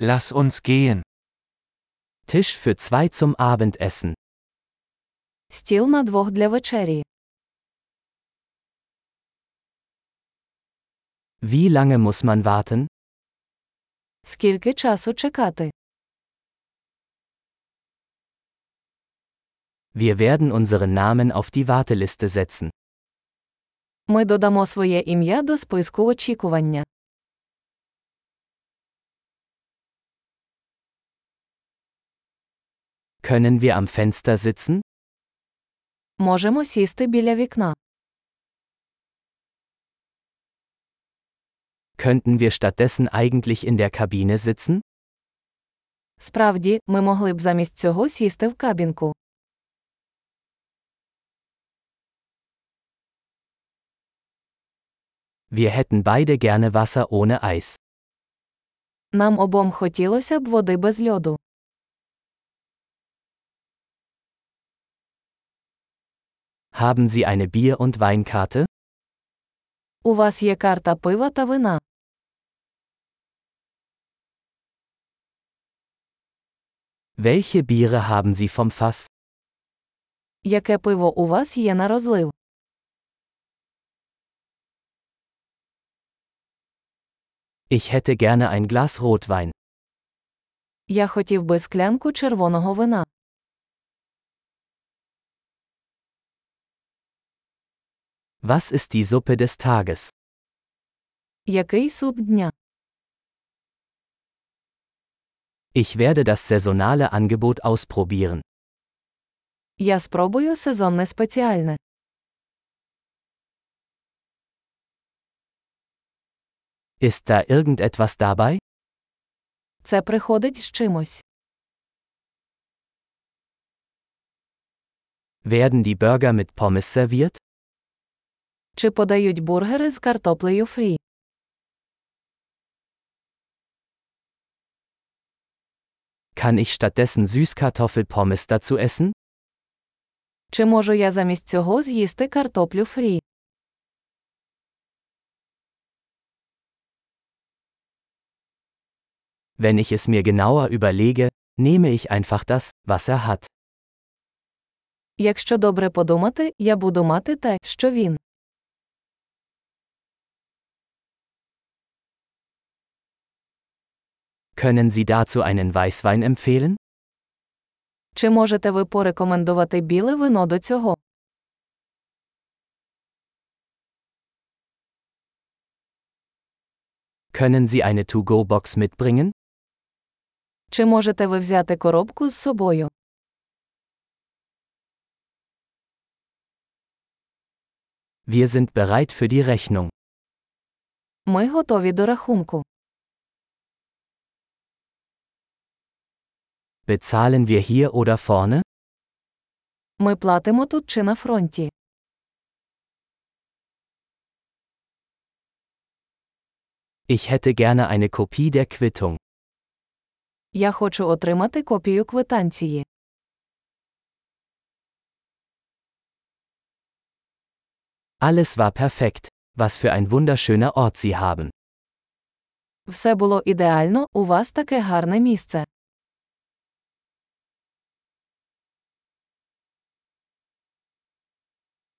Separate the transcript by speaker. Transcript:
Speaker 1: Lass uns gehen. Tisch für zwei zum Abendessen.
Speaker 2: Стіл на двох для вечері.
Speaker 1: Wie lange muss man warten?
Speaker 2: Скільки часу чекати?
Speaker 1: Wir werden unseren Namen auf die Warteliste setzen.
Speaker 2: Ми додамо своє ім'я до списку очікування.
Speaker 1: Können wir am Fenster sitzen?
Speaker 2: Можемо сісти біля вікна.
Speaker 1: Könnten wir stattdessen eigentlich in der Kabine sitzen?
Speaker 2: Справді, ми могли б замість цього сісти в кабінку.
Speaker 1: Wir hätten beide gerne Wasser ohne Eis.
Speaker 2: Нам обом хотілося б води без льоду.
Speaker 1: Haben Sie eine Bier- und Weinkarte?
Speaker 2: У вас є карта пива та вина.
Speaker 1: Welche Biere haben Sie vom Fass?
Speaker 2: Яке пиво у вас є на розлив?
Speaker 1: Ich hätte gerne ein Glas Rotwein.
Speaker 2: Я хотів би склянку червоного вина.
Speaker 1: Was ist die Suppe des Tages?
Speaker 2: Який суп дня?
Speaker 1: Ich werde das saisonale Angebot ausprobieren.
Speaker 2: Я спробую сезонне спеціальне.
Speaker 1: Ist da irgendetwas dabei?
Speaker 2: Це приходить з чимось.
Speaker 1: Werden die Burger mit Pommes serviert?
Speaker 2: Чи подають бургери з картоплею фрі?
Speaker 1: Kann ich stattdessen Süßkartoffelpommes dazu essen?
Speaker 2: Чи можу я замість цього з'їсти картоплю фрі?
Speaker 1: Wenn ich es mir genauer überlege, nehme ich einfach das, was er hat.
Speaker 2: Якщо добре подумати, я буду мати те, що він.
Speaker 1: Können Sie dazu einen Weißwein empfehlen?
Speaker 2: Чи можете ви порекомендувати біле вино до цього?
Speaker 1: Können Sie eine To-Go-Box mitbringen?
Speaker 2: Чи можете ви взяти коробку з собою?
Speaker 1: Wir sind bereit für die Rechnung.
Speaker 2: Ми готові до рахунку.
Speaker 1: Bezahlen wir hier oder vorne?
Speaker 2: Ми платимо тут чи на фронті.
Speaker 1: Ich hätte gerne eine Kopie der Quittung.
Speaker 2: Я хочу отримати копію квитанції.
Speaker 1: Alles war perfekt. Was für ein wunderschöner Ort Sie haben.
Speaker 2: Все було ідеально, у вас таке гарне місце.